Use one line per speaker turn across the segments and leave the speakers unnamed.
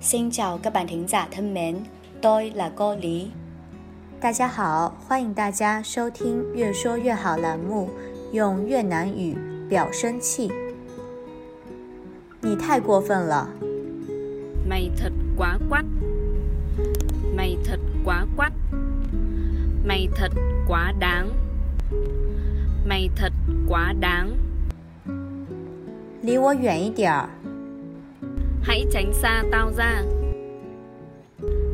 Xin chào các bạn thính giả thân mến, tôi là cô Lý.
大家好，欢迎大家收听《越说越好》栏目，用越南语表生气。你太过分了，
Mày thật quá quắt. Mày thật quá quắt. Mày thật quá đáng. Mày thật quá đáng.
离我远一点儿，
Hãy tránh xa tao ra.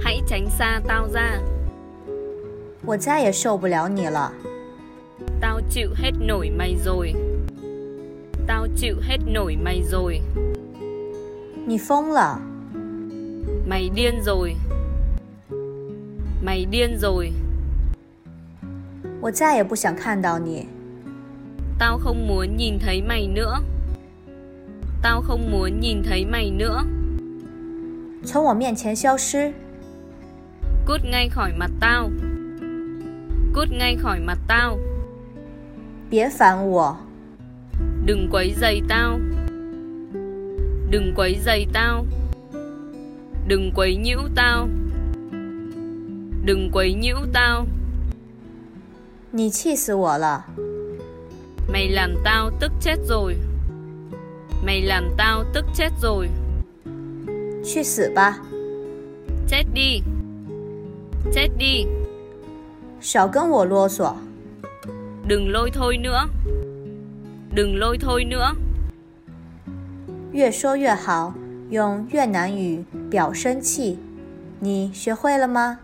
Hãy tránh xa tao ra.
我再也受不了你了。
Tao chịu hết nổi mày rồi. Tao chịu hết nổi mày rồi.
你疯了，
Mày điên rồi. Mày điên rồi.
我再也不想看到你。
Tao không muốn nhìn thấy mày nữa. Tao không muốn nhìn thấy mày nữa.
从我面前消失！
Cút ngay khỏi mặt tao. Cút ngay khỏi mặt tao.
别烦我！
Đừng quấy giày tao. Đừng quấy giày tao. Đừng quấy nhiễu tao. Đừng quấy nhiễu tao.
你气死我了！
Mày làm tao tức chết rồi. Mày làm tao tức chết rồi.
去死吧！
Chết đi. Chết đi.
少跟我啰嗦！
Đừng lôi thôi nữa. Đừng lôi thôi nữa.
越说越好，用越南语表生气。你学会了吗？